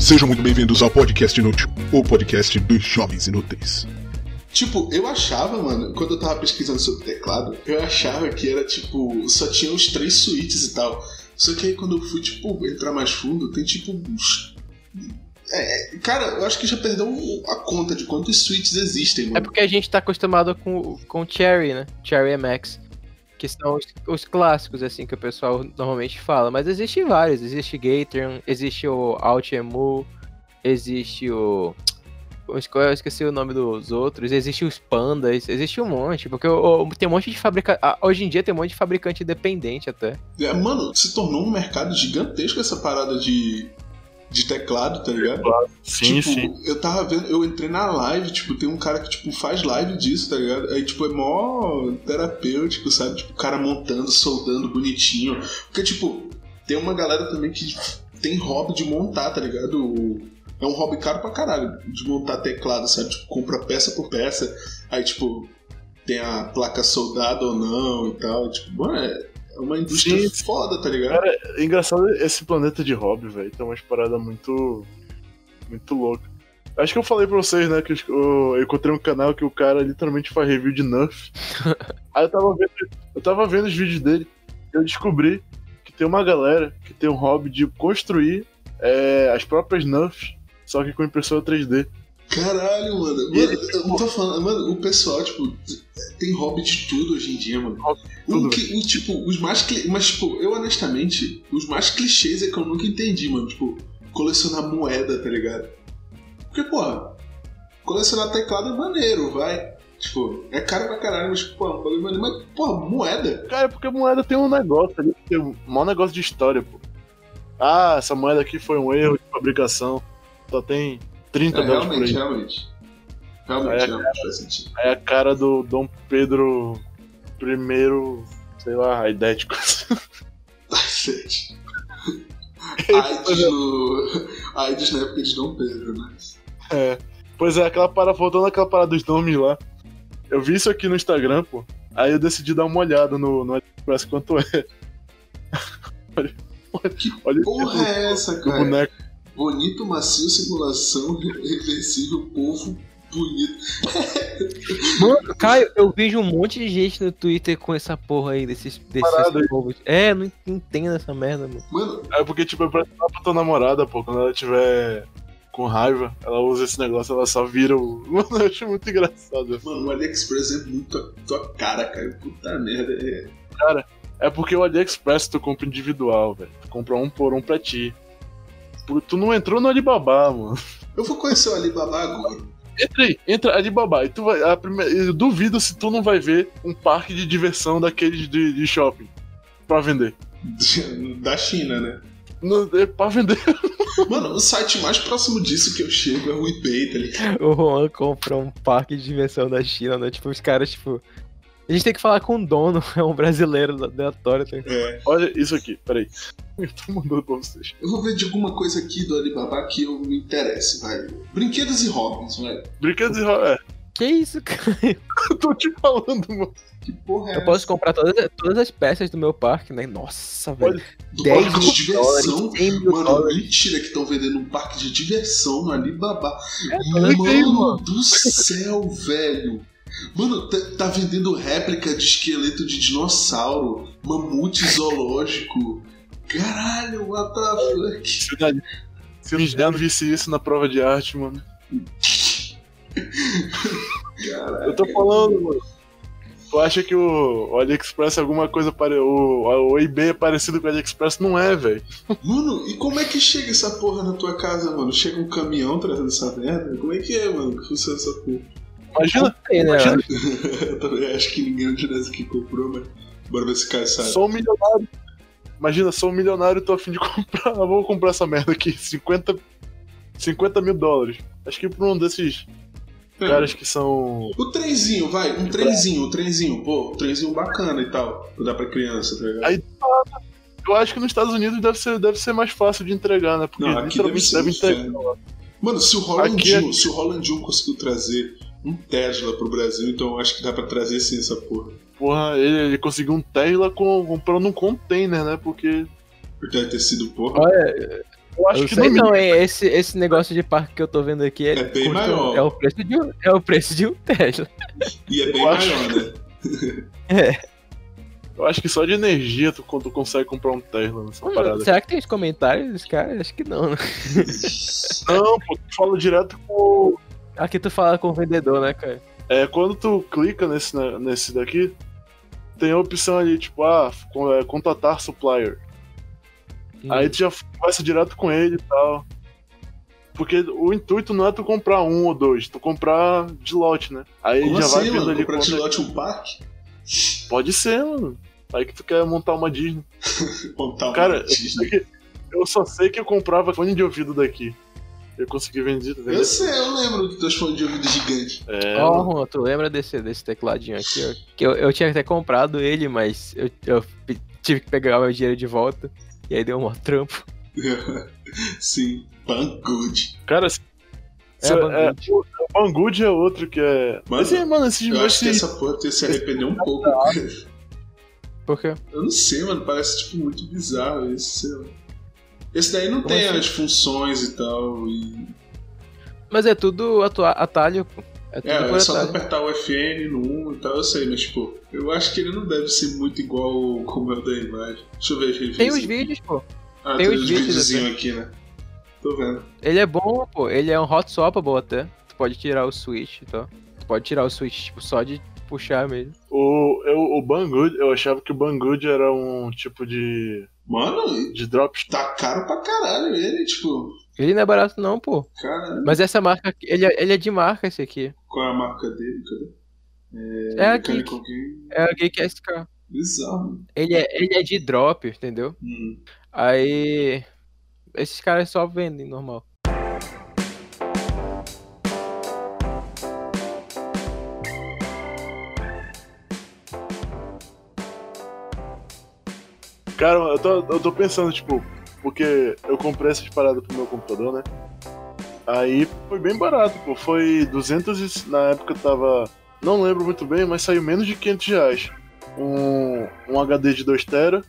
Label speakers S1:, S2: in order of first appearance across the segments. S1: Sejam muito bem-vindos ao Podcast Inútil, o podcast dos jovens inúteis.
S2: Tipo, eu achava, mano, quando eu tava pesquisando sobre teclado, eu achava que era tipo, só tinha uns três suítes e tal. Só que aí quando eu fui, tipo, entrar mais fundo, tem tipo uns. É, cara, eu acho que já perdeu um, a conta de quantos suítes existem, mano.
S3: É porque a gente tá acostumado com, com Cherry, né? Cherry MX. Que são os, os clássicos, assim, que o pessoal normalmente fala. Mas existem vários. Existe Gatorn, existe o Altemu, existe o. Eu esque- eu esqueci o nome dos outros. Existe os pandas, existe um monte. Porque o- o- tem um monte de fabricante. Hoje em dia tem um monte de fabricante independente até.
S2: É, mano, se tornou um mercado gigantesco essa parada de, de teclado, tá ligado?
S4: Sim,
S2: tipo,
S4: sim.
S2: eu tava vendo, eu entrei na live, tipo, tem um cara que, tipo, faz live disso, tá ligado? Aí, tipo, é mó terapêutico, sabe? Tipo, o cara montando, soldando, bonitinho. Porque, tipo, tem uma galera também que tem hobby de montar, tá ligado? O- É um hobby caro pra caralho, de montar teclado, sabe? Tipo, compra peça por peça, aí, tipo, tem a placa soldada ou não e tal. Tipo, mano, é é uma indústria
S4: Sim.
S2: foda, tá ligado?
S4: Cara, é engraçado esse planeta de hobby, velho. Tem umas paradas muito. muito louca. Acho que eu falei pra vocês, né, que eu, eu encontrei um canal que o cara literalmente faz review de Nerf. Aí eu tava vendo, eu tava vendo os vídeos dele e eu descobri que tem uma galera que tem o hobby de construir é, as próprias Nerfs, só que com impressora 3D.
S2: Caralho, mano.
S4: E ele,
S2: Mano, eu não tô falando, mano, o pessoal, tipo, tem hobby de tudo hoje em dia, mano.
S4: Hobby
S2: O
S4: tudo.
S2: que, o, tipo, os mais. cli- Mas, tipo, eu honestamente, os mais clichês é que eu nunca entendi, mano. Tipo, colecionar moeda, tá ligado? Porque, porra, colecionar teclado é maneiro, vai. Tipo, é caro pra caralho, mas, tipo, pô, é um bagulho maneiro. mas, porra, moeda?
S4: Cara, porque moeda tem um negócio ali, tem um maior negócio de história, pô. Ah, essa moeda aqui foi um erro de fabricação. Só tem 30
S2: É,
S4: delas por aí.
S2: realmente, realmente. Realmente,
S4: É,
S2: realmente faz sentido.
S4: Aí a cara do Dom Pedro I, sei lá, idético.
S2: Sete. AIDS no. AIDS na época de Dom Pedro, né?
S4: É. Pois é, aquela parada, voltando aquela parada dos nomes lá. Eu vi isso aqui no Instagram, pô. Aí eu decidi dar uma olhada no, no AliExpress quanto é. olha, olha, olha o
S2: Porra
S4: tipo
S2: é essa,
S4: do
S2: cara?
S4: boneco.
S2: Bonito, macio, simulação, reversível, povo bonito.
S3: Mano, Caio, eu vejo um monte de gente no Twitter com essa porra aí desses,
S4: Parada
S3: desses
S4: aí.
S3: povos. É, não entendo essa merda, mano.
S2: Mano,
S4: É porque, tipo, é pra dar pra tua namorada, pô. Quando ela tiver com raiva, ela usa esse negócio, ela só vira o. Mano, eu acho muito engraçado.
S2: mano, o AliExpress é muito a tua cara, cara. Puta merda. É.
S4: É porque o AliExpress tu compra individual, velho. Tu compra um por um pra ti. Por- Tu não entrou no Alibaba, mano.
S2: Eu vou conhecer o Alibaba agora.
S4: Entra aí, entra Alibaba. E tu vai. A primeira, eu duvido se tu não vai ver um parque de diversão daqueles de, de shopping pra vender.
S2: Da China, né?
S4: Não, é pra vender.
S2: Mano, o site mais próximo disso que eu chego é o eBay, tá ligado?
S3: O Juan comprou um parque de diversão da China, né? Tipo, os caras, tipo. A gente tem que falar com o dono, é um brasileiro aleatório. Tá?
S2: É.
S4: Olha isso aqui, peraí. Eu tô mandando pra vocês.
S2: Eu vou ver de alguma coisa aqui do Alibaba que eu me interesse, vai. Brinquedos e hobbies, vai.
S4: Brinquedos e ro- é.
S3: Que isso, cara?
S4: Eu tô te falando, mano.
S2: Que porra é
S3: Eu posso comprar todas, todas as peças do meu parque, né? Nossa, velho.
S2: Do
S3: 10
S2: parque de
S3: mil
S2: diversão?
S3: dólares, 100 mil
S2: Mano,
S3: dólares.
S2: mentira que estão vendendo um parque de diversão no Alibaba.
S4: eu entendi,
S2: mano
S4: mano.
S2: do céu, velho. Mano, tá, tá vendendo réplica de esqueleto de dinossauro, mamute zoológico. Caralho, what the fuck?
S4: Se na- se o Dano visse isso na prova de arte, mano.
S2: Caralho.
S4: Eu tô falando, mano. Tu acha que o, o AliExpress é alguma coisa para o, o eBay é parecido com o AliExpress? Não é, velho.
S2: Mano, e como é que chega essa porra na tua casa, mano? Chega um caminhão trazendo essa merda? Como é que é, mano? Que funciona essa porra?
S4: Imagina,
S3: Sei, né?
S4: imagina.
S2: Eu também acho que ninguém de nós aqui comprou, mas bora ver se cai sabe.
S4: sou um milionário. Imagina, sou um milionário, tô a fim de comprar. Eu vou comprar essa merda aqui, 50, 50 mil dólares. Acho que por um desses
S2: Hum.
S4: caras que são.
S2: O trenzinho, vai, um trenzinho, um trenzinho, pô, um trenzinho bacana e tal, pra dar pra criança, tá ligado?
S4: Aí- Eu acho que nos Estados Unidos deve ser, deve ser mais fácil de entregar, né? Porque
S2: Não, aqui deve
S4: literalmente
S2: ser
S4: deve,
S2: um
S4: é- entregar.
S2: inferno. Mano, se o Rolandinho, se o Rolandinho conseguiu trazer um Tesla pro Brasil, então eu acho que dá pra trazer sim essa porra.
S4: Porra, ele, ele conseguiu um Tesla com, comprando um container, né? Porque
S2: Deve ter sido porra.
S3: Olha,
S4: Eu acho
S3: Eu
S4: que
S3: sei
S4: no
S3: não, hein? Esse, esse negócio de parque que eu tô vendo aqui é,
S2: É bem
S3: custa-
S2: maior.
S3: é o preço de um, é o preço de um Tesla.
S2: E é bem
S4: Eu acho-
S2: maior, né?
S4: Eu acho que só de energia tu, tu consegue comprar um Tesla nessa
S3: Mano,
S4: parada.
S3: será que tem os comentários dos caras? Acho que não, né?
S4: Não, pô, tu fala direto com o.
S3: Aqui tu fala com o vendedor, né, cara?
S4: É, quando tu clica nesse, né, nesse daqui, tem a opção ali, tipo, ah, con- é, contatar supplier.
S2: Hum.
S4: Aí tu já conversa direto com ele e tal. Porque o intuito não é tu comprar um ou dois, tu comprar de lote, né? Aí ele
S2: Como
S4: já vai
S2: assim,
S4: vendo
S2: mano?
S4: ali
S2: Comprar
S4: quanto-
S2: tilote um parque?
S4: Pode ser, mano. Aí que tu quer montar uma Disney.
S2: Montar um
S4: Cara, eu,
S2: Disney.
S4: sei que- eu só sei que eu comprava fone de ouvido daqui. Eu consegui vender. vender.
S2: Eu sei, eu lembro que teus fones de ouvido gigante.
S4: É,
S3: Ó,
S4: mano.
S3: Juan, tu lembra desse, desse tecladinho aqui? ó? Que eu, eu tinha até comprado ele, mas eu, eu pe- tive que pegar meu dinheiro de volta. E aí deu um maior trampo.
S2: Sim, Banggood.
S4: cara, se- se-
S3: É,
S4: é,
S3: Banggood.
S4: o o Banggood é outro que é.
S2: Mano,
S4: Mas, é, mano, esses
S2: Eu acho que
S4: meus.
S2: essa porra tem que se arrepender um pouco.
S3: Por quê?
S2: Eu não sei, mano. Parece, tipo, muito bizarro esse, sei lá. Esse daí não
S3: Como
S2: tem
S3: assim?
S2: as funções e tal. E...
S3: Mas é tudo atua- atalho, pô. É tudo
S2: É,
S3: por
S2: é só tu
S3: atalho.
S2: apertar o FN no 1 e tal, eu sei, mas, tipo, eu acho que ele não deve ser muito igual ao- como é o da imagem. Deixa eu ver as reviews.
S3: Tem os
S2: aqui.
S3: vídeos, pô.
S2: Ah,
S3: tem
S2: tem,
S3: os
S2: os
S3: vídeos assim.
S2: videozinhos aqui, né? Tô vendo.
S3: Ele é bom, pô. Ele é um hot swappable até. Tu pode tirar o switch e tal. Tu pode tirar o switch, tipo, só de puxar mesmo.
S4: O, eu, o Banggood, eu achava que o Banggood era um tipo de.
S2: Mano,
S4: de drop.
S2: tá caro pra caralho ele, tipo,
S3: Ele não é barato não, pô.
S2: cara,
S3: Mas essa marca, aqui- ele é, ele é de marca esse aqui.
S2: qual é a marca dele? Cadê?
S3: É a
S2: Mecânico
S3: Geek,
S2: Alguém?
S3: é a Geek SK.
S2: Bizarro.
S3: Ele é, ele é de drop, entendeu?
S2: Hum.
S3: Aí. Esses caras só vendem normal.
S4: Cara, eu tô, eu tô pensando, tipo, porque eu comprei essas paradas pro meu computador, né? Aí foi bem barato, pô. Foi 200 e, na época tava, não lembro muito bem, mas saiu menos de 500 reais. Um, um HD de 2TB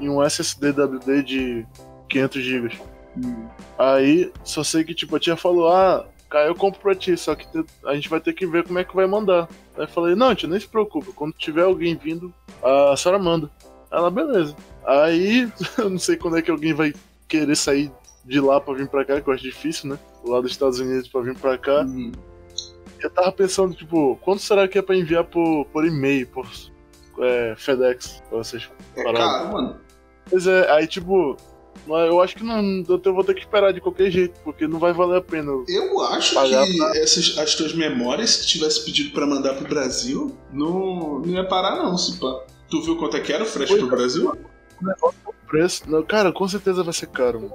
S4: e um SSD WD de 500 GB.
S2: hum.
S4: Aí só sei que, tipo, a tia falou, ah, cara, eu compro pra ti, só que te- a gente vai ter que ver como é que vai mandar. Aí eu falei, não, tia, nem se preocupa, quando tiver alguém vindo, a senhora manda. Ela, beleza. Aí, eu não sei quando é que alguém vai querer sair de lá pra vir pra cá, que eu acho difícil, né? Lá dos Estados Unidos pra vir pra cá.
S2: Hum.
S4: Eu tava pensando, tipo, quanto será que é pra enviar por, por e-mail, por é, FedEx, ou essas
S2: É
S4: Parado.
S2: caro, mano.
S4: Pois é, aí tipo, não é- eu acho que não, eu vou ter que esperar de qualquer jeito, porque não vai valer a pena.
S2: Eu acho
S4: Pagar
S2: que essas, as tuas memórias que tivesse pedido pra mandar pro Brasil, não, não ia parar não, se pá. Tu viu quanto é que era o frete
S4: Pois
S2: pro
S4: é.
S2: Brasil?
S4: O preço. Não, cara, com certeza vai ser caro, mano.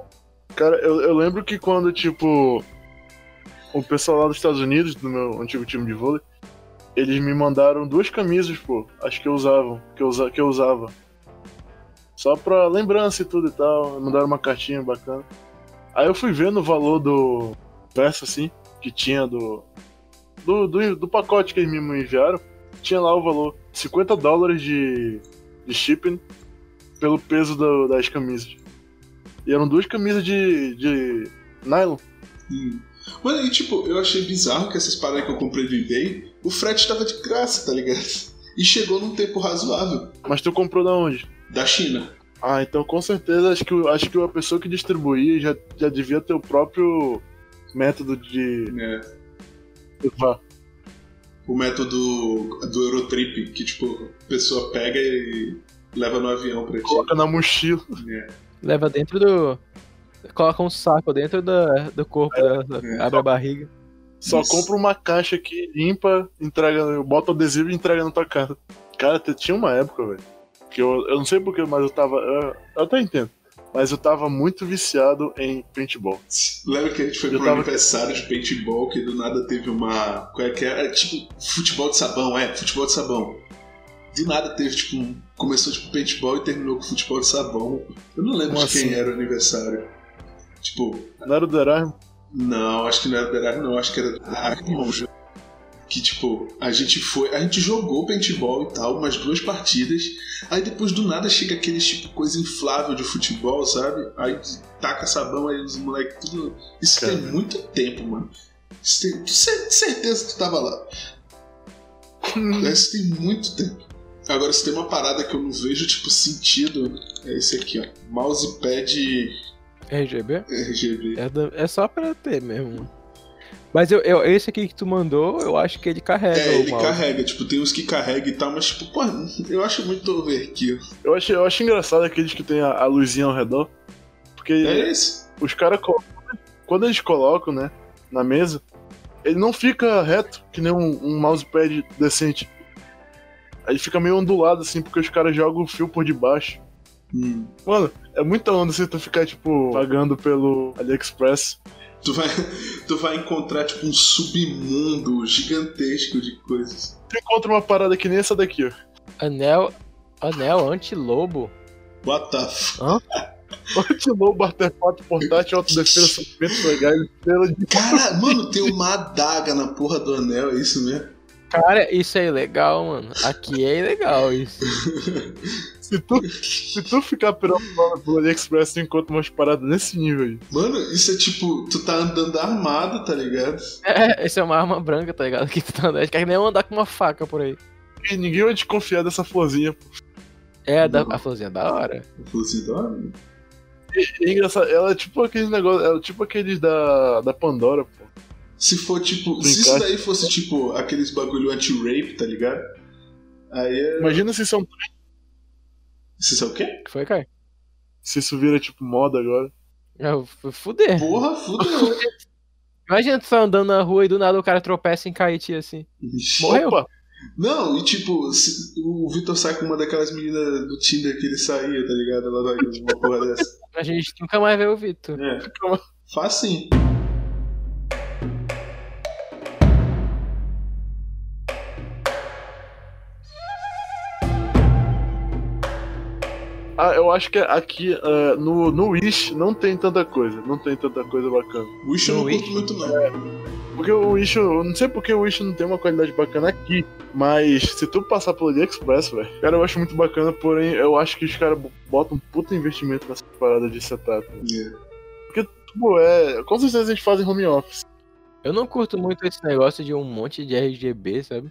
S4: Cara, eu, eu lembro que quando, tipo, o pessoal lá dos Estados Unidos, do meu antigo time de vôlei, eles me mandaram duas camisas, pô, acho que eu usava, que eu, usa- que eu usava. Só pra lembrança e tudo e tal, mandaram uma cartinha bacana. Aí eu fui vendo o valor do verso, assim, que tinha do, do, do, do pacote que eles me enviaram, tinha lá o valor, 50 dólares de, de shipping, pelo peso do- das camisas. E eram duas camisas de, de nylon.
S2: Hum. Mano, e tipo, eu achei bizarro que essas paradas que eu comprei do eBay, o frete tava de graça, tá ligado? E chegou num tempo razoável.
S4: Mas tu comprou da onde?
S2: Da China.
S4: Ah, então com certeza acho que, o- acho que a pessoa que distribuía já, já devia ter o próprio método de
S2: né?
S4: levar.
S2: O método do Eurotrip, que tipo, a pessoa pega e leva no avião pra ti.
S4: Coloca na mochila.
S2: né?
S3: Leva dentro do. Coloca um saco dentro da, do corpo dela,
S2: é.
S3: abre a barriga.
S4: Só
S2: Isso.
S4: compra uma caixa que limpa, entrega, bota o adesivo e entrega na tua casa. Cara, te- tinha uma época, velho. Que eu, eu não sei porquê, mas eu tava. Eu, eu até entendo. Mas eu tava muito viciado em paintball.
S2: Lembra que a gente foi
S4: Eu
S2: pro
S4: tava-
S2: aniversário de paintball que do nada teve uma. Qual é que era? Era, Tipo, futebol de sabão, é, futebol de sabão. Do nada teve, tipo, um- começou tipo paintball e terminou com futebol de sabão. Eu não lembro
S4: Como
S2: de quem
S4: assim?
S2: era o aniversário. Tipo,
S4: Não era o Derarm?
S2: é Não, acho que não era do Erasmo, não. Acho que era do Erasmo. que tipo, a gente foi, a gente jogou paintball e tal, umas duas partidas, aí depois do nada chega aquele tipo coisa inflável de futebol, sabe? Aí taca sabão aí os moleques tudo. Isso
S4: Cara.
S2: tem muito tempo, mano. Isso tem cer- certeza que tu tava lá. Isso tem muito tempo. Agora, se tem uma parada que eu não vejo, tipo, sentido, é esse aqui, ó. Mousepad
S3: RGB?
S2: RGB.
S3: É, da- é só pra ter mesmo. mano. Mas eu, eu- esse aqui que tu mandou, eu acho que ele carrega
S2: É,
S3: o
S2: ele
S3: mouse.
S2: carrega, tipo, tem uns que carrega e tal, mas tipo, pô, eu acho muito overkill.
S4: Eu acho, eu acho engraçado aqueles que tem a, a luzinha ao redor. Porque
S2: É esse?
S4: os caras colocam. Quando eles colocam, né? Na mesa, ele não fica reto, que nem um, um mousepad decente. Aí fica meio ondulado, assim, porque os caras jogam o fio por debaixo.
S2: Hum.
S4: Mano, é muita onda assim tu ficar, tipo, pagando pelo AliExpress.
S2: Tu vai, tu vai encontrar tipo um submundo gigantesco de coisas.
S4: Tu encontra uma parada que nem essa daqui, ó.
S3: Anel. Anel anti-lobo?
S2: What the f...
S4: Antilobo, artefato portátil, autodefesa, suprimentos legais, estrela de.
S2: Cara, mano, tem uma adaga na porra do anel, é isso mesmo?
S3: Cara, isso é ilegal, mano. Aqui é ilegal isso.
S4: Se tu, se tu ficar perambulando pelo AliExpress, tu encontra umas paradas nesse nível aí.
S2: Mano, isso é tipo, tu tá andando armado, tá ligado?
S3: É, essa é uma arma branca, tá ligado? Que tu tá andando. Acho que nem andar com uma faca por aí.
S4: E ninguém vai desconfiar dessa florzinha.
S3: É, da, a florzinha da hora.
S2: Inclusive, ó, mano.
S4: É engraçado, ela é tipo aqueles negócios, ela é tipo aqueles da, da Pandora, pô.
S2: se for tipo,
S4: Tu
S2: se isso
S4: encaixa.
S2: daí fosse tipo aqueles bagulho anti-rape, tá ligado? Aí é.
S4: Imagina se isso, é um-
S2: Isso isso é o quê?
S3: Que foi, cara?
S4: se isso vira tipo moda agora.
S3: Eu fui fuder.
S2: Porra, fudeu.
S3: Imagina tu tá andando na rua e do nada o cara tropeça em Kaiti assim. Morreu.
S4: Opa,
S2: Não, e tipo, se- o Vitor sai com uma daquelas meninas do Tinder que ele saía, tá ligado? Ela vai com uma porra dessa.
S3: A gente nunca mais vê o Vitor.
S2: É,
S4: Calma.
S2: faz sim.
S4: ah, eu acho que aqui ah, no, no Wish não tem tanta coisa, não tem tanta coisa bacana.
S2: Wish eu não
S3: No
S2: curto
S3: Wish.
S2: muito, não.
S4: Porque o Wish, eu não sei porque o Wish não tem uma qualidade bacana aqui, mas se tu passar pelo AliExpress, velho, cara, eu acho muito bacana, porém eu acho que os caras botam um puta investimento nessa parada de setup.
S2: É.
S4: Tipo, é, com certeza eles fazem home office.
S3: Eu não curto muito esse negócio de um monte de RGB, sabe?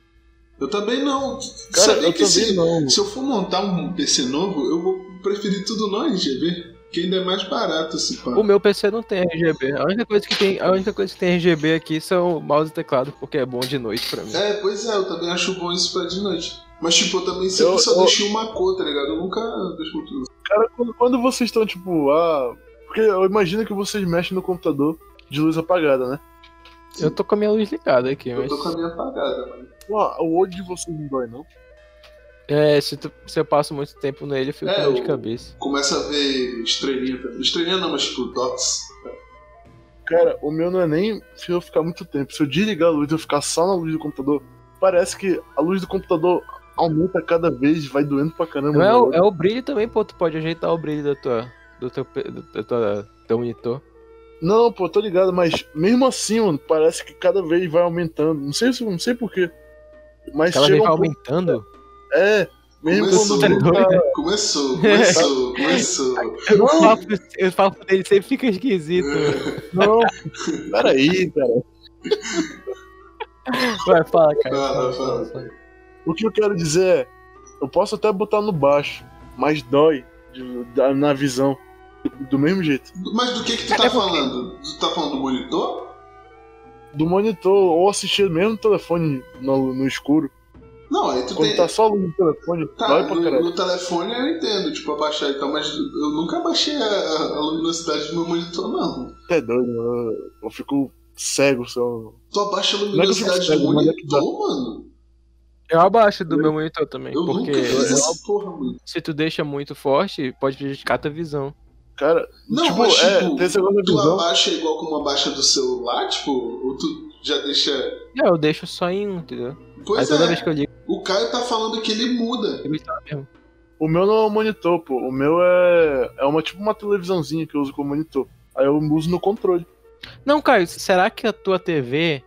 S2: Eu também não.
S4: Cara,
S2: Sabia
S4: eu
S2: que
S4: também
S2: se,
S4: não.
S2: se eu for montar um PC novo, eu vou preferir tudo no RGB, que ainda é mais barato esse pá.
S3: O meu PC não tem RGB. A única coisa que tem, a única coisa que tem RGB aqui são mouse e teclado, porque é bom de noite pra mim.
S2: É, pois é, eu também acho bom isso pra de noite. Mas, tipo, eu também sempre
S4: Eu-
S2: só
S4: eu-
S2: deixei uma cor, tá ligado? Eu nunca deixo tudo.
S4: Cara, quando, quando vocês estão, tipo, ah. Porque eu imagino que vocês mexem no computador de luz apagada, né?
S3: Eu tô com a minha luz ligada aqui,
S2: Eu
S3: mas.
S2: tô com a minha apagada, mano.
S4: Ué, o olho de vocês não dói, não?
S3: É, se, tu- se eu passo muito tempo nele, eu fico
S2: É,
S3: com dor de
S2: o-
S3: cabeça.
S2: Começa a ver estrelinha. tá? Estrelinha não, mas, tipo, dots.
S4: Cara, o meu não é nem se eu ficar muito tempo. Se eu desligar a luz e eu ficar só na luz do computador, parece que a luz do computador aumenta cada vez, vai doendo pra caramba.
S3: Não é,
S4: meu
S3: o,
S4: olho.
S3: é o brilho também, pô. Tu pode ajeitar o brilho da tua, do teu, pe- do, da tua- do teu monitor.
S4: Não, pô, tô ligado, mas mesmo assim, mano, parece que cada vez vai aumentando. Não sei se não sei porquê. Mas
S3: Aquela
S4: chega
S3: vez vai
S4: um ponto-
S3: aumentando.
S4: É, mesmo
S2: Começou.
S4: quando tu tá-
S2: Começou, começou, começou.
S3: O papo, o papo dele sempre fica esquisito.
S4: Não, peraí, cara.
S2: É.
S3: Vai, fala, cara.
S2: Fala,
S3: Fala,
S2: fala.
S3: fala,
S4: O que eu quero dizer é, eu posso até botar no baixo, mas dói de- da- na visão. Do mesmo jeito.
S2: Mas do que que
S4: É
S2: tu tá falando? Tu tá falando do monitor?
S4: Do monitor, ou assistir mesmo no telefone no, no escuro.
S2: Não, aí tu
S4: Quando
S2: tem...
S4: tá só a luz do telefone,
S2: Tá,
S4: dói pra
S2: no,
S4: caralho.
S2: no telefone eu entendo, tipo, abaixar e tal, mas eu nunca abaixei a, a luminosidade do meu monitor, não.
S4: Até doido, mano. Eu- Eu fico cego, só.
S2: Tu abaixa a
S4: Não é que eu
S2: luminosidade
S4: fico
S2: do
S4: cego, mas é que dá.
S2: monitor, mano?
S3: Eu abaixo do meu monitor também,
S2: Eu
S3: porque
S2: nunca fiz
S4: eu-
S2: essa porra, mano.
S3: se tu deixa muito forte, pode prejudicar tua visão.
S4: Cara,
S2: Não,
S4: tipo,
S2: mas
S4: é,
S2: tipo,
S4: tem segunda
S2: tu
S4: visão.
S2: abaixa igual como abaixa do celular, tipo, ou tu já deixa...
S3: Não, É, eu deixo só em um, entendeu? Aí
S2: Pois
S3: toda
S2: é,
S3: vez que eu ligo,
S2: o Caio tá falando que ele muda.
S3: ele tá mesmo.
S4: O meu não é um monitor, pô. O meu é. É uma tipo uma televisãozinha que eu uso como monitor. Aí eu uso no controle.
S3: Não, Caio, será que a tua TV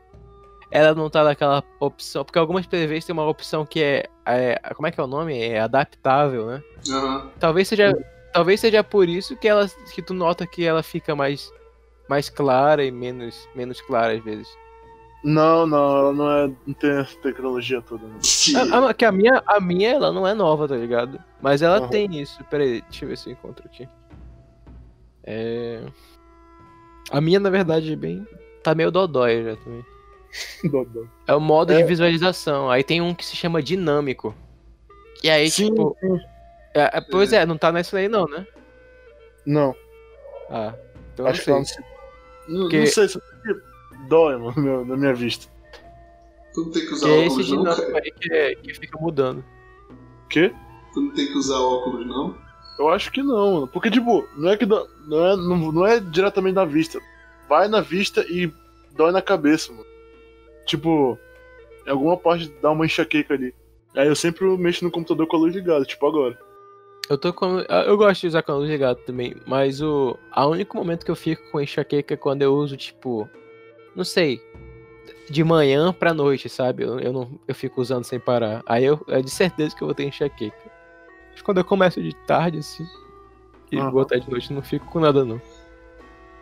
S3: ela não tá naquela opção. Porque algumas PVs tem uma opção que é, é- Como é que é o nome? É adaptável, né?
S2: Aham.
S3: Talvez seja, talvez seja por isso que, ela, que tu nota que ela fica mais, mais clara e menos, menos clara às vezes.
S4: Não, não, ela não é. não tem essa tecnologia toda. Não.
S2: Sim.
S4: Ah,
S3: A, a- Ah, que a minha, a minha, ela não é nova, tá ligado? Mas ela
S4: Aham.
S3: tem isso. Pera aí, deixa eu ver se eu encontro aqui. É... A minha, na verdade, é bem. Tá meio dodói já também.
S4: Dodó.
S3: É o modo de
S4: É.
S3: visualização. Aí tem um que se chama dinâmico. E aí,
S4: Sim,
S3: tipo.
S4: sim.
S3: é- é- pois é, não tá nessa aí não, né?
S4: Não,
S3: Ah. Então eu não
S4: acho que é um
S3: sei.
S4: ela não se. Não,
S3: Porque-
S4: não sei, só que dói, mano, meu- na minha vista. ah.
S2: Tu não tem que
S3: Que
S2: usar
S3: é esse
S2: óculos, não,
S3: dinâmico
S2: cara?
S3: aí que, é- que fica mudando.
S4: O quê?
S2: Tu não tem que usar óculos, não?
S4: Eu acho que não, mano. Porque, tipo, não é que dó- não, é, não, não é diretamente na vista. Vai na vista e dói na cabeça, mano. Tipo, em alguma parte dá uma enxaqueca ali. Aí eu sempre mexo no computador com a luz ligada, tipo agora.
S3: Eu tô com. ah, Eu gosto de usar com a luz ligada também, mas o. A único momento que eu fico com enxaqueca é quando eu uso, tipo. Não sei. De manhã pra noite, sabe? Eu, eu não, eu fico usando sem parar. Aí eu é de certeza que eu vou ter enxaqueca. Mas quando eu começo de tarde, assim. E
S4: Aham.
S3: botar de noite, eu não fico com nada, não.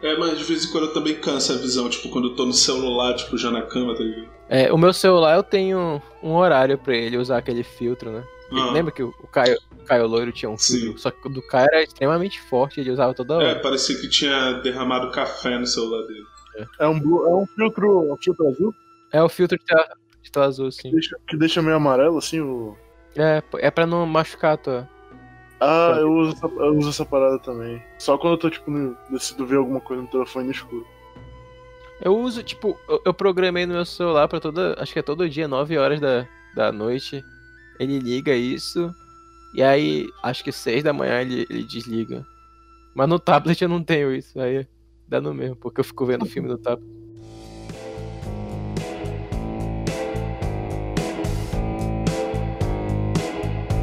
S2: É, mas de vez em quando eu também cansa a visão, tipo, quando eu tô no celular, tipo, já na cama, tá ligado?
S3: É, o meu celular eu tenho um horário pra ele usar aquele filtro, né?
S2: Ah.
S3: Lembra que o o Caio, o Caio Loiro tinha um
S2: Sim.
S3: filtro? Só que o do Caio era extremamente forte, ele usava toda hora.
S2: É, parecia que tinha derramado café no celular dele.
S4: É um, blu- é um filtro, um filtro azul
S3: É, o filtro de tela, de tela azul,
S4: que
S3: sim.
S4: deixa, que deixa meio amarelo, assim. O...
S3: É, pô, é pra não machucar tá? a tua.
S4: Ah, eu uso, essa, eu uso essa parada também. Só quando eu tô, tipo, no, decido ver alguma coisa no telefone no escuro.
S3: Eu uso, tipo, eu, eu programei no meu celular pra toda. Acho que é todo dia, 9 horas da, da noite. Ele liga isso. E aí, acho que 6 da manhã ele, ele desliga. Mas no tablet eu não tenho isso. Aí dá no mesmo, porque eu fico vendo filme no tablet.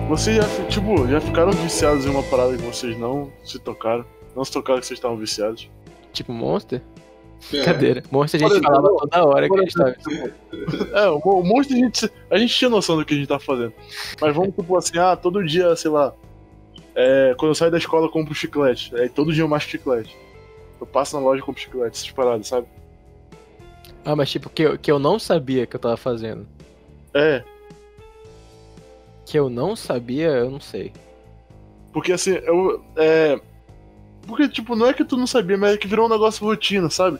S4: Vocês já, fi- tipo, já ficaram viciados em uma parada que vocês não se tocaram? Não se tocaram que vocês estavam viciados?
S3: Tipo, Monster?
S2: É.
S3: Brincadeira. Monster a
S4: Por
S3: gente
S4: exemplo,
S3: falava toda hora que a gente tava.
S4: É, um um monte de gente. A gente tinha noção do que a gente tá fazendo. Mas vamos supor assim, ah, todo dia, sei lá. é, quando eu saio da escola, eu compro chiclete. Aí todo dia eu macho chiclete. Eu passo na loja e compro chiclete, essas paradas, sabe?
S3: Ah, mas tipo, que eu, que eu não sabia que eu tava fazendo.
S4: É.
S3: Que eu não sabia, eu não sei.
S4: Porque assim, eu. É. Porque, tipo, não é que tu não sabia, mas é que virou um negócio rotina, sabe?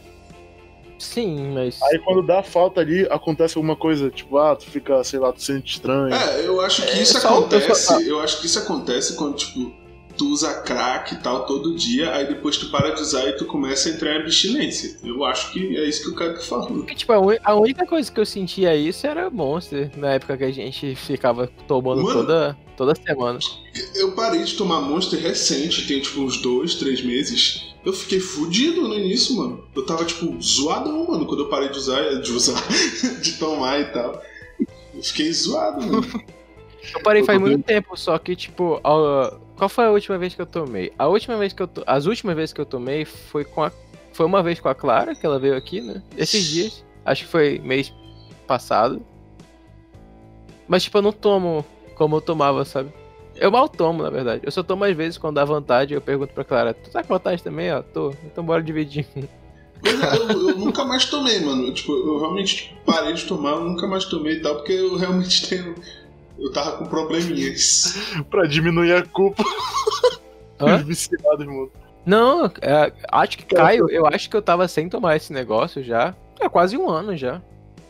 S3: Sim, mas.
S4: Aí quando dá falta ali, acontece alguma coisa, tipo, ah, tu fica, sei lá, tu sente estranho.
S2: É, eu acho que
S3: É,
S2: isso
S3: só- eu só-
S2: acontece. Eu acho que isso acontece quando, tipo, tu usa crack e tal todo dia, aí depois tu para de usar e tu começa a entrar em abstinência. Eu acho que é isso que o cara que falou.
S3: Porque, tipo, a, uni- a única coisa que eu sentia isso era Monster, na época que a gente ficava tomando
S2: Mano.
S3: toda, toda semana.
S2: Eu parei de tomar Monster recente, tem tipo uns dois, três meses. Eu fiquei fudido no início, mano. Eu tava, tipo, zoadão, mano, quando eu parei de usar, de usar, de tomar e tal. Eu fiquei zoado, mano.
S3: Eu parei
S4: Eu
S3: faz
S4: tô
S3: muito tempo, só que, tipo, a- qual foi a última vez que eu tomei? A última vez que eu to- As últimas vezes que eu tomei foi com a. Foi uma vez com a Clara, que ela veio aqui, né? Esses dias. Acho que foi mês passado. Mas, tipo, eu não tomo como eu tomava, sabe? Eu mal tomo, na verdade. Eu só tomo às vezes quando dá vontade. Eu pergunto pra Clara, tu tá com vontade também? Ó, tô. Então bora dividir.
S2: Pois é, eu, eu nunca mais tomei, mano. Eu, tipo, eu realmente tipo, parei de tomar, eu nunca mais tomei e tal, porque eu realmente tenho. Eu tava com probleminhas.
S4: Pra diminuir a culpa
S3: Hã?
S4: dos viciados, mano.
S3: Não, é, acho que Caio, eu acho que eu tava sem tomar esse negócio já. Há quase um ano já.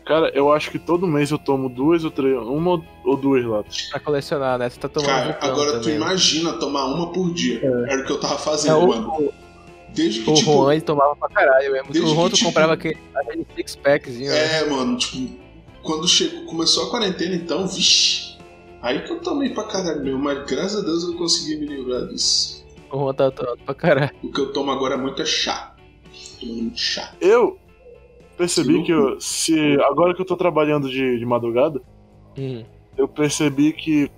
S4: Cara, eu acho que todo mês eu tomo duas ou três, uma ou duas latas.
S3: Pra colecionar, né? Você tá tomando.
S2: Cara,
S3: vulcão
S2: agora tu
S3: também, né?
S2: imagina tomar uma por dia. Era o que eu tava
S3: É,
S2: fazendo, mano.
S3: o,
S2: Desde que,
S3: o
S2: tipo.
S3: Juan ele tomava pra caralho mesmo.
S2: desde
S3: o Juan
S2: que,
S3: tu
S2: tipo,
S3: comprava aquele, aquele six packzinho, né?
S2: É, mano, tipo, quando chegou, começou a quarentena, então, vixi. Aí que eu tomei pra caralho mesmo, mas graças a Deus eu consegui me livrar disso.
S3: O Juan tava tomando pra caralho.
S2: O que eu tomo agora é muito é chá. Tomando muito chá.
S4: Eu percebi
S2: Que
S4: que eu, se agora que eu tô trabalhando de, de madrugada,
S3: Hum.
S4: eu percebi que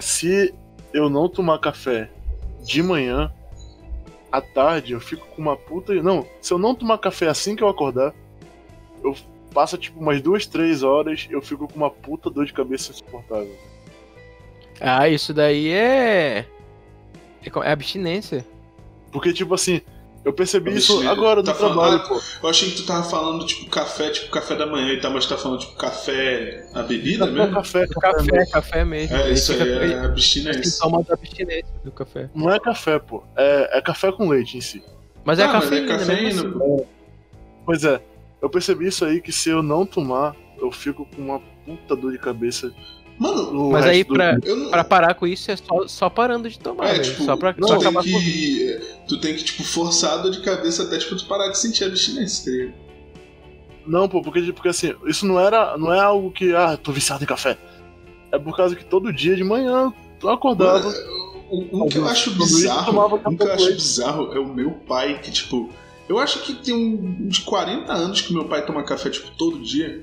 S4: se eu não tomar café de manhã, à tarde eu fico com uma puta. Não, se eu não tomar café assim que eu acordar, eu Passa tipo umas duas, três horas, eu fico com uma puta dor de cabeça insuportável.
S3: Ah, isso daí é. É co- é abstinência.
S4: Porque, tipo assim, eu percebi
S2: Tá
S4: isso
S2: mexendo.
S4: agora no
S2: Tá falando-
S4: trabalho, pô.
S2: Eu achei que tu tava falando, tipo, café, tipo, café da manhã e tal, mas tu tá falando, tipo, café, a bebida
S4: Não, é
S2: mesmo?
S4: café,
S3: É Café, café mesmo.
S2: É,
S3: Ele
S2: isso aí,
S3: fica- ele-
S2: é
S3: ele
S2: abstinência.
S3: toma da abstinência do café.
S4: Não é café, pô. É, é café com leite em si.
S3: Mas é
S2: Ah, mas
S3: cafeína, mesmo assim.
S2: pô.
S4: Pois é, eu percebi isso aí que se eu não tomar, eu fico com uma puta dor de cabeça.
S2: Mano,
S4: No
S3: Mas
S4: resto
S3: aí
S4: do
S3: pra-
S4: dia.
S2: eu não.
S3: Pra parar com isso é só, só parando de tomar,
S2: É,
S3: velho.
S2: tipo,
S3: só pra,
S2: tu,
S3: só
S2: tem
S3: acabar com
S2: que, tu tem que, tipo, forçar a dor de cabeça até, tipo, tu parar de sentir a abstinência, tá ligado?
S4: Não, pô, porque, porque assim, isso não era. Não é algo que, ah, tô viciado em café. É por causa que todo dia de manhã eu acordava.
S2: O, o que eu acho
S4: Todo dia tomava
S2: bizarro,
S4: café
S2: o que eu
S4: com
S2: acho
S4: leite.
S2: bizarro é o meu pai, que, tipo, eu acho que tem um, uns 40 anos que meu pai toma café, tipo, todo dia.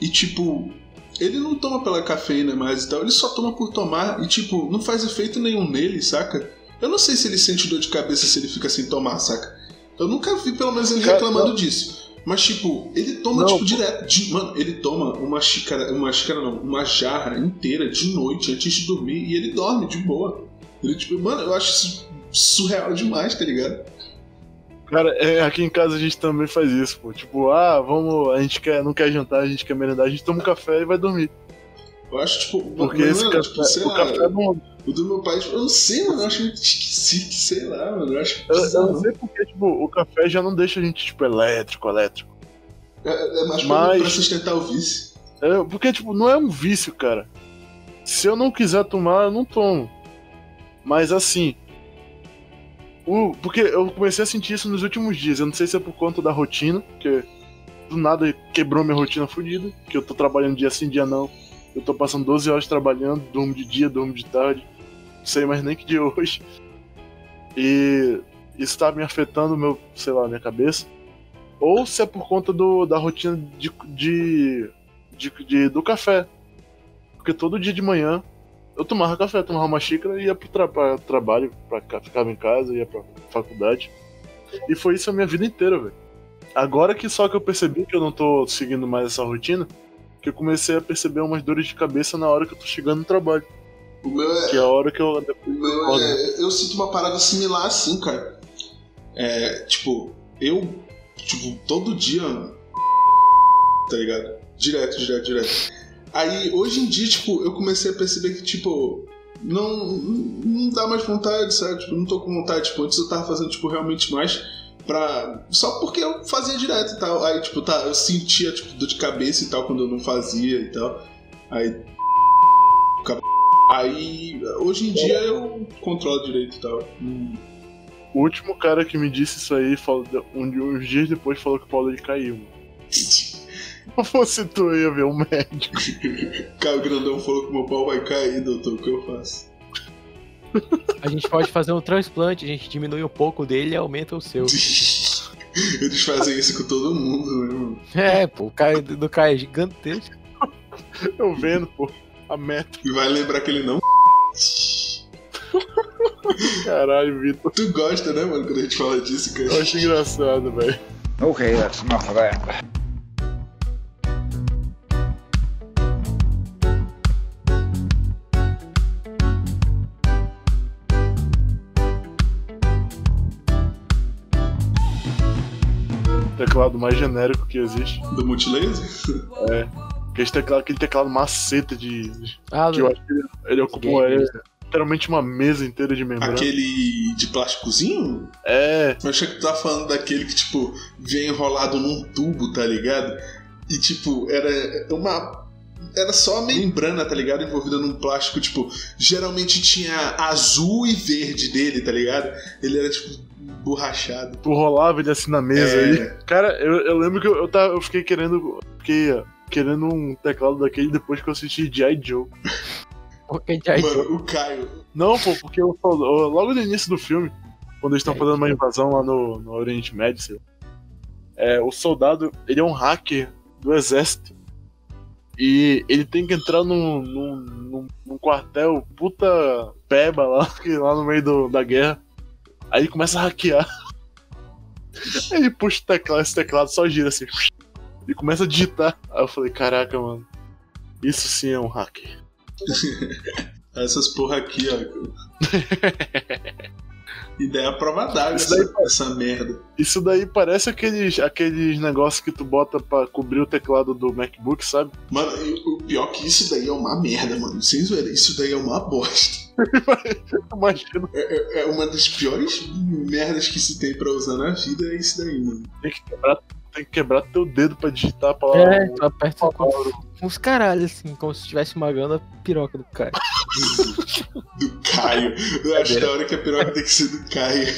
S2: E, tipo, ele não toma pela cafeína mais e tal, ele só toma por tomar e, tipo, não faz efeito nenhum nele, saca? Eu não sei se ele sente dor de cabeça se ele fica sem tomar, saca? Eu nunca vi, pelo menos, ele
S4: Cara,
S2: reclamando disso. Mas, tipo, ele toma,
S4: Não,
S2: tipo,
S4: pô.
S2: direto. de- mano, ele toma uma xícara, uma xícara não, uma jarra inteira de noite antes de dormir e ele dorme de boa. Ele, tipo, mano, eu acho isso surreal demais, tá ligado?
S4: Cara, é, aqui em casa a gente também faz isso, pô. Tipo, ah, vamos. A gente quer, não quer jantar, a gente quer merendar, a gente toma um café e vai dormir.
S2: Eu acho, tipo,
S4: Porque esse
S2: mano,
S4: café.
S2: tipo, sei
S4: o
S2: lá,
S4: café não.
S2: o do meu pai, tipo, eu não sei, mano, eu acho muito esquisito, sei lá, mano, eu acho
S4: Eu, eu
S2: bizarro.
S4: não sei porque, tipo, o café já não deixa a gente, tipo, elétrico, elétrico.
S2: É, é mais pra,
S4: Mas-
S2: pra sustentar o vício.
S4: É, porque, tipo, não é um vício, cara. Se eu não quiser tomar, eu não tomo. Mas assim. O, porque eu comecei a sentir isso nos últimos dias. Eu não sei se é por conta da rotina, porque do nada quebrou minha rotina fodida. Que eu tô trabalhando dia sim, dia não. Eu tô passando 12 horas trabalhando, durmo de dia, durmo de tarde. Não sei mais nem que dia é hoje. E isso tá me afetando meu, sei lá, minha cabeça. Ou se é por conta do, da rotina de- de de, de- do café. Porque todo dia de manhã eu tomava café, tomava uma xícara e ia pro tra pra trabalho, pra ca- ficava em casa, ia pra faculdade. E foi isso a minha vida inteira, velho. Agora que só que eu percebi que eu não tô seguindo mais essa rotina, que eu comecei a perceber umas dores de cabeça na hora que eu tô chegando no trabalho.
S2: O meu é,
S4: Que é a hora que eu.
S2: O meu é- eu sinto uma parada similar assim, cara. É, tipo, eu, tipo, todo dia. Tá ligado? Direto, direto, direto. Aí, hoje em dia, tipo, eu comecei a perceber que, tipo, não, não dá mais vontade, sabe? Tipo, não tô com vontade. Tipo, antes eu tava fazendo, tipo, realmente mais pra. Só porque eu fazia direto e tal. Aí, tipo, tá, eu sentia, tipo, dor de cabeça e tal quando eu não fazia e tal. Aí. Aí, hoje
S4: É.
S2: em dia eu controlo direito e tal. Hum.
S4: O último cara que me disse isso aí, falou, um, uns dias depois, falou que o pau dele caiu. mano. Se fosse tu, eu ia ver um médico.
S2: Caio Grandão falou que um meu pau vai cair, doutor, o que eu faço?
S3: A gente pode fazer um transplante, a gente diminui um pouco dele e aumenta o seu.
S2: Eles fazem isso com todo mundo, né, mano?
S3: É, pô, o cara do cara é gigantesco.
S4: Eu vendo, pô. A meta,
S2: E vai lembrar que ele não.
S4: caralho, Vitor.
S2: Tu gosta, né, mano, quando a gente fala disso, é cara?
S4: Eu acho engraçado, velho.
S5: Okay, that's enough of that.
S4: Teclado mais genérico que existe.
S2: Do
S4: É
S2: multilaser?
S4: Aquele teclado, aquele teclado maceta de. de-
S3: Ah,
S4: Que eu acho que ele, ele ocupa uma- é,
S3: gamers,
S4: literalmente uma mesa inteira de membrana.
S2: Aquele de plásticozinho?
S4: É,
S2: Eu achei que tu tava falando daquele que, tipo, vem enrolado num tubo, tá ligado? E, tipo, era uma. Era só a membrana, tá ligado? Envolvida num plástico, tipo, geralmente tinha azul e verde dele, tá ligado? Ele era, tipo, borrachado.
S4: tu rolava ele assim na mesa
S2: É.
S4: aí. Cara, eu, eu lembro que eu, eu, tava, eu fiquei querendo. Fiquei ó, querendo um teclado daquele depois que eu assisti G.I. Joe.
S3: porque já-
S2: Mano, o Caio.
S4: Não, pô, porque eu, eu- logo no início do filme, quando eles estão
S3: É,
S4: fazendo uma invasão lá no, no Oriente Médio, sei lá, é, o soldado, ele é um hacker do exército. E ele tem que entrar num, num, num- num quartel puta peba lá, que lá no meio do- da guerra. Aí ele começa a hackear. Aí ele puxa o teclado, esse teclado só gira assim. Ele começa a digitar. Aí eu falei, caraca, mano. Isso sim é um hacker.
S2: Essas porra aqui, ó. e daí a prova d'água
S4: Isso
S2: essa, essa merda.
S4: Isso daí parece aqueles, aqueles negócios que tu bota pra cobrir o teclado do MacBook, sabe?
S2: Mano, e o pior é que isso daí é uma merda, mano. Sem zoeira, isso daí é uma bosta.
S4: Imagina.
S2: É, é uma das piores merdas que se tem pra usar na vida, é isso daí, mano.
S4: Tem que quebrar, tem que quebrar teu dedo pra digitar a palavra.
S3: É, tu aperta com, com os caralhos, assim, como se estivesse magando a piroca do cara.
S2: Do Caio. Eu acho da hora que a piroca tem que ser do Caio.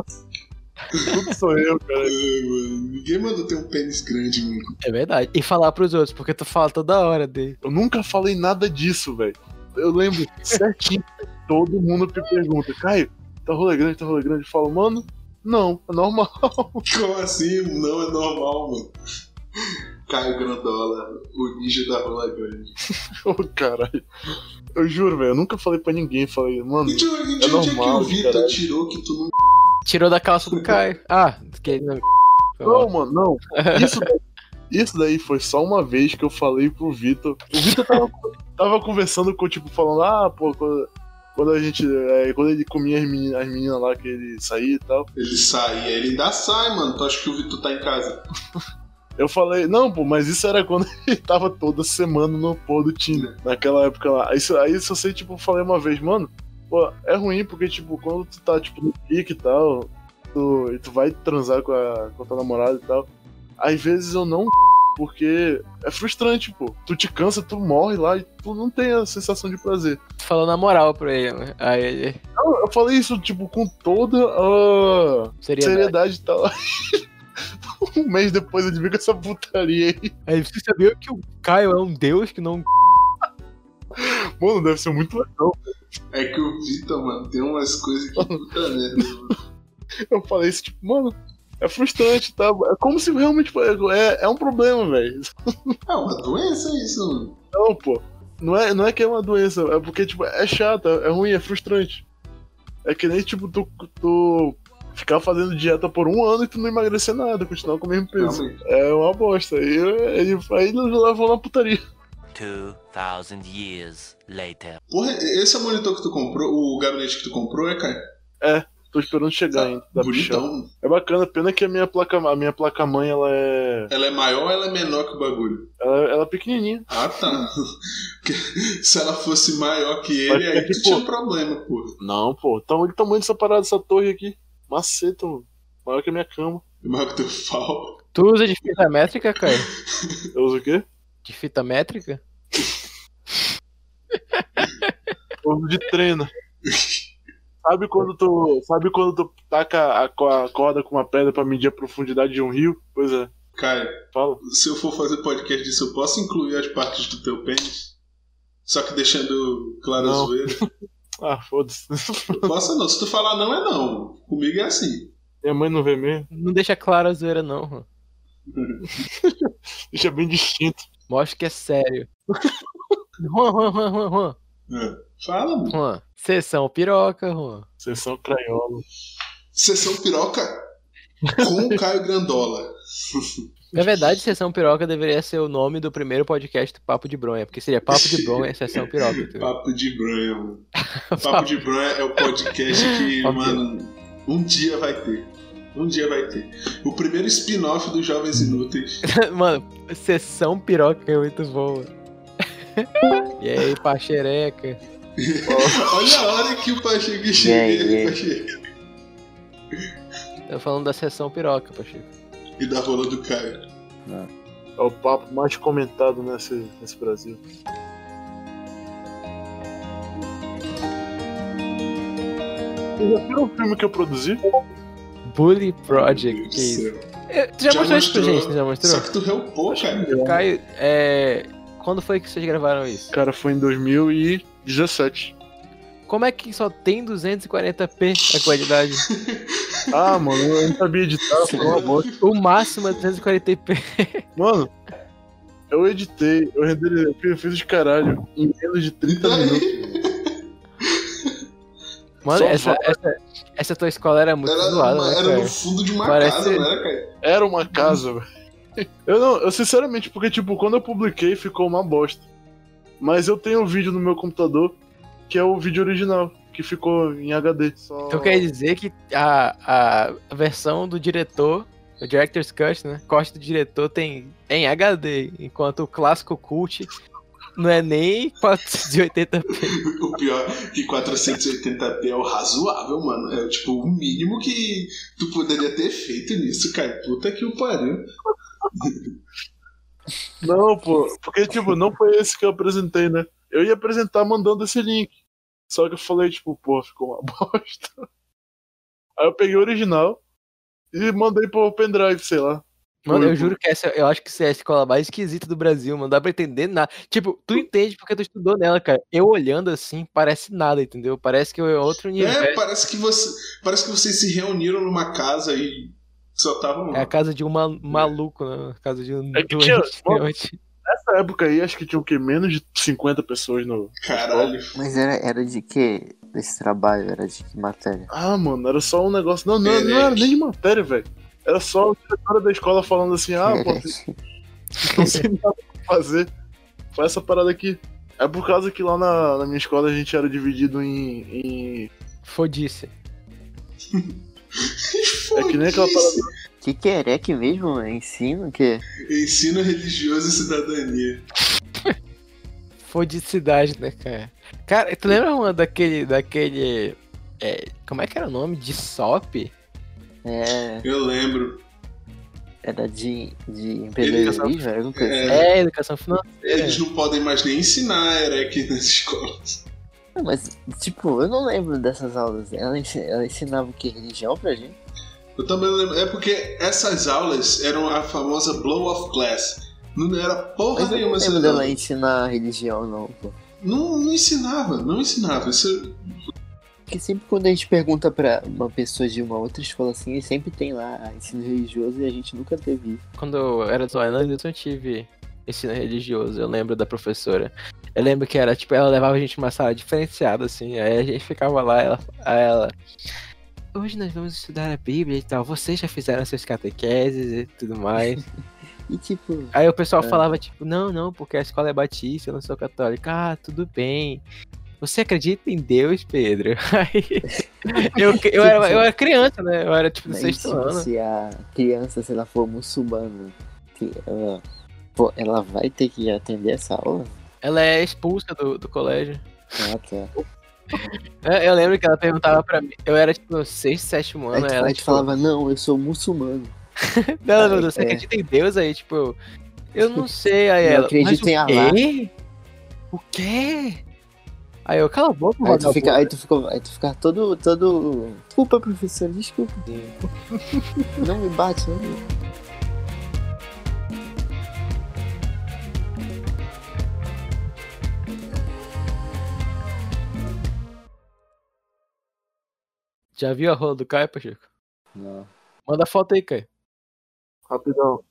S4: Tudo sou eu, cara.
S2: Ai, mano, ninguém mandou ter um pênis grande, mano.
S3: É verdade. E falar pros outros, porque tu fala toda hora dele.
S4: Eu nunca falei nada disso, velho. Eu lembro certinho. Todo mundo me pergunta, Caio, tá rolê grande, tá rolê grande? Eu falo, mano, não, é normal.
S2: Como assim? Não é normal, mano. Caio Grandola, o ninja da rola grande.
S4: Ô, caralho. Eu juro, velho, eu nunca falei pra ninguém. Falei, mano,
S2: E de onde, de
S4: É
S2: onde é,
S4: normal,
S2: que o Vitor
S4: caralho.
S2: tirou que tu não.
S3: Tirou da calça do Caio. Ah, que ele não. Foi mal.
S4: não, mano, não. Isso, daí- isso daí foi só uma vez que eu falei pro Vitor. O Vitor tava, tava conversando com, tipo, falando, ah, pô, quando, quando a gente. é, quando ele comia as meninas, as meninas lá que ele saía e tal.
S2: Ele saía, ele ainda sai, mano. Tu acha que o Vitor tá em casa?
S4: Eu falei, não, pô, mas isso era quando ele tava toda semana no pô do Tinder, naquela época lá. Aí, se- aí se eu sei, tipo, falei uma vez, mano, pô, é ruim porque, tipo, quando tu tá, tipo, no pique e tal, tu, e tu vai transar com a, com a tua namorada e tal, às vezes eu não porque é frustrante, pô. Tu te cansa, tu morre lá e tu não tem a sensação de prazer.
S3: Tu falou na tá moral pra ele, né? Aí ele.
S4: Eu, eu falei isso, tipo, com toda a
S3: Seria.
S4: seriedade e tal. Um mês depois ele vem com essa putaria aí.
S3: Aí você sabia que o Caio é um deus que não.
S4: Mano, deve ser muito legal.
S2: É que o Vitor, mano, tem umas coisas que puta merda. mano.
S4: Eu falei isso, tipo, mano, é frustrante, tá? É como se realmente. É, é um problema, velho.
S2: É uma doença isso, mano.
S4: Não, pô. Não é, não é que é uma doença, é porque, tipo, é chato, é ruim, é frustrante. É que nem, tipo, tu, tu ficar fazendo dieta por um ano e tu não emagrecer nada, continuar com o mesmo peso.
S2: Realmente.
S4: É uma bosta. E eu- ele aí nos levou na putaria.
S6: 2,000 years later.
S2: Porra, esse é o monitor que tu comprou, o gabinete que tu comprou, é, Caio?
S4: Tô esperando chegar ainda. Da bichão.
S2: Bonitão.
S4: É bacana, pena que a minha placa, a minha placa mãe, ela é.
S2: Ela é maior ou ela é menor que o bagulho?
S4: Ela, ela é pequenininha.
S2: Ah, tá. Porque Se ela fosse maior que
S4: Mas
S2: ele,
S4: é
S2: aí
S4: que,
S2: tu
S4: pô-
S2: tinha um problema, porra.
S4: Não, pô. Então, olha o tamanho dessa parada, essa torre aqui. Maceta, mano. Maior que a minha cama.
S2: É Maior que teu pau.
S3: Tu usa de fita métrica, Caio?
S4: Eu uso o quê?
S3: De fita métrica?
S4: Eu uso de treina. Sabe quando tu. Sabe quando tu taca a, co- a corda com uma pedra pra medir a profundidade de um rio? Pois é,
S2: Caio,
S4: fala.
S2: se eu for fazer podcast disso, eu posso incluir as partes do teu pênis? Só que deixando claro a
S4: Não.
S2: zoeira.
S4: Ah, foda-se.
S2: Posso não. Se tu falar não, é não. Comigo é assim.
S4: Minha mãe não vê mesmo.
S3: Não deixa clara a zoeira, não. mano.
S4: Deixa bem distinto.
S3: Mostra que é sério. Juan, Juan, Juan, Juan, Juan.
S2: É. Fala, mano.
S3: Juan. Sessão piroca, Juan.
S4: Vocês são craiola.
S2: Sessão piroca com o Caio Grandola.
S3: Na verdade, Sessão Piroca deveria ser o nome do primeiro podcast do Papo de Bronha, porque seria Papo de Bronha, Sessão Piroca.
S4: É.
S3: entendeu?
S2: Papo de Branha, mano. Papo de Branha é o podcast que,
S3: Ok.
S2: mano, um dia vai ter. Um dia vai ter. O primeiro spin-off dos Jovens Inúteis.
S3: Mano, Sessão Piroca é muito boa. E aí, Pachereca?
S2: Olha a hora que o Pacheco
S5: Yeah,
S2: chega.
S5: yeah.
S2: Pacheco.
S3: Tô falando da Sessão Piroca, Pacheco.
S2: E da rola do Caio.
S4: É o papo mais comentado nesse, nesse Brasil. Vocês já viram o filme que eu produzi?
S3: Bully Project,
S2: Meu Deus
S3: que isso?
S2: do céu.
S3: É, Tu já,
S2: Já
S3: mostrou isso pra
S2: mostrou.
S3: gente, tu já mostrou?
S2: Só que tu reupou, cara.
S3: Caio, é... Quando foi que vocês gravaram isso?
S4: Cara, foi em 2017.
S3: Como é que só tem 240p a qualidade?
S4: Ah, mano, eu não sabia editar, foi uma bosta.
S3: O máximo é 240p.
S4: Mano, eu editei, eu renderizei, eu fiz- eu fiz os caralho em menos de
S2: Tá
S4: 30 minutos.
S3: Mano,
S4: Só
S3: essa, essa, essa tua escola era muito
S2: Era,
S3: zoada,
S2: uma-
S3: né,
S2: era
S3: cara?
S2: no fundo de uma
S3: né,
S2: um
S3: Parece-
S2: casa, né, não era, Caio?
S4: Era
S3: Uhum.
S4: uma casa, velho. Eu não, eu sinceramente, porque tipo, quando eu publiquei ficou uma bosta. Mas eu tenho o vídeo no meu computador, que é o vídeo original, que ficou em HD. Só...
S3: Então quer dizer que a, a versão do diretor, o Director's Cut, né? Corte do diretor tem é em HD, enquanto o clássico cult não é nem 480p.
S2: O pior é que 480p é o razoável, mano. É tipo o mínimo que tu poderia ter feito nisso, cara. Puta que o pariu.
S4: Não, pô, porque tipo, não foi esse que eu apresentei, né? Eu ia apresentar mandando esse link. Só que eu falei, tipo, pô, ficou uma bosta. Aí eu peguei o original e mandei pro pendrive, sei lá.
S3: Mano, eu juro que essa, eu acho que essa é a escola mais esquisita do Brasil, mano. Não dá pra entender nada. Tipo, tu entende porque tu estudou nela, cara. Eu olhando assim, parece nada, entendeu? Parece que é outro universo.
S2: É, parece que você. Parece que vocês se reuniram numa casa e só estavam.
S3: É a casa de um ma- maluco, né? A casa de um
S4: É que tinha-
S3: doente, doente.
S4: Nessa época aí, acho que tinha o quê? Menos de 50 pessoas no.
S2: Caralho.
S7: Mas era, era de que esse trabalho? Era de que matéria?
S4: Ah, mano, era só um negócio. Não, não, não era nem de matéria, velho. Era só a diretora da escola falando assim, ah, pô, vocês
S7: Diferente.
S4: não sei nada pra fazer. Faz essa parada aqui. É por causa que lá na, na minha escola a gente era dividido em. em-
S3: Fodice.
S4: É que nem aquela parada.
S7: que que era? É que mesmo? mano? Ensino? Que...
S2: Ensino religioso e cidadania.
S3: Fodicidade, né, cara? Cara, tu lembra, mano, daquele. daquele. é, como é que era o nome? De SOP?
S7: É,
S2: Eu lembro.
S7: era de, de empreendedorismo? Era alguma coisa assim?
S3: É, educação financeira.
S2: Eles não podem mais nem ensinar Erec nessa escola.
S7: Não, Mas, tipo, eu não lembro dessas aulas. Ela, ensi- ela ensinava o que? Religião pra gente?
S2: Eu também não lembro. É porque essas aulas eram a famosa blow off class. Não era porra
S7: Mas eu não
S2: nenhuma
S7: lembro
S2: essa
S7: dela
S2: aula.
S7: ensinar religião, não, pô.
S2: Não, não ensinava, não ensinava. Isso,
S7: Porque sempre quando a gente pergunta pra uma pessoa de uma outra escola assim, eles sempre tem lá ah, ensino religioso e a gente nunca teve.
S3: Quando eu era do Orlando, eu não tive ensino religioso. Eu lembro da professora. Eu lembro que era, tipo, ela levava a gente numa sala diferenciada, assim. Aí a gente ficava lá, ela. Aí ela Hoje nós vamos estudar a Bíblia e tal. Vocês já fizeram seus catequeses e tudo mais.
S7: E tipo,
S3: Aí o pessoal
S7: É.
S3: falava, tipo, não, não, porque a escola é batista, eu não sou católica. Ah, tudo bem. Você acredita em Deus, Pedro? Aí, eu, eu, era, eu era criança, né? Eu era, tipo, do
S7: né, e
S3: sexto
S7: se,
S3: ano.
S7: se a criança, se ela for muçulmana, que ela, pô, ela vai ter que atender essa aula?
S3: Ela é expulsa do, do colégio.
S7: Ah, tá.
S3: Eu, eu lembro que ela perguntava pra mim. Eu era, tipo, no sexto, sétimo
S7: Aí
S3: ano.
S7: tu,
S3: ela,
S7: aí tu
S3: tipo,
S7: falava, não, eu sou muçulmano.
S3: não, não, você
S7: é.
S3: acredita em Deus? Aí, tipo, eu, eu não sei. Aí
S7: Não
S3: ela,
S7: acredito
S3: mas
S7: em
S3: o
S7: Allah."
S3: quê? O quê? Aí eu, cala a boca,
S7: Aí tu, fica,
S3: vagabundo."
S7: aí, tu ficou, aí tu fica todo, todo. Desculpa, professor, desculpa. não me bate, não me
S3: Já viu a rola do Caio, Pacheco?
S7: Não.
S3: Manda foto aí, Caio.
S4: Rapidão.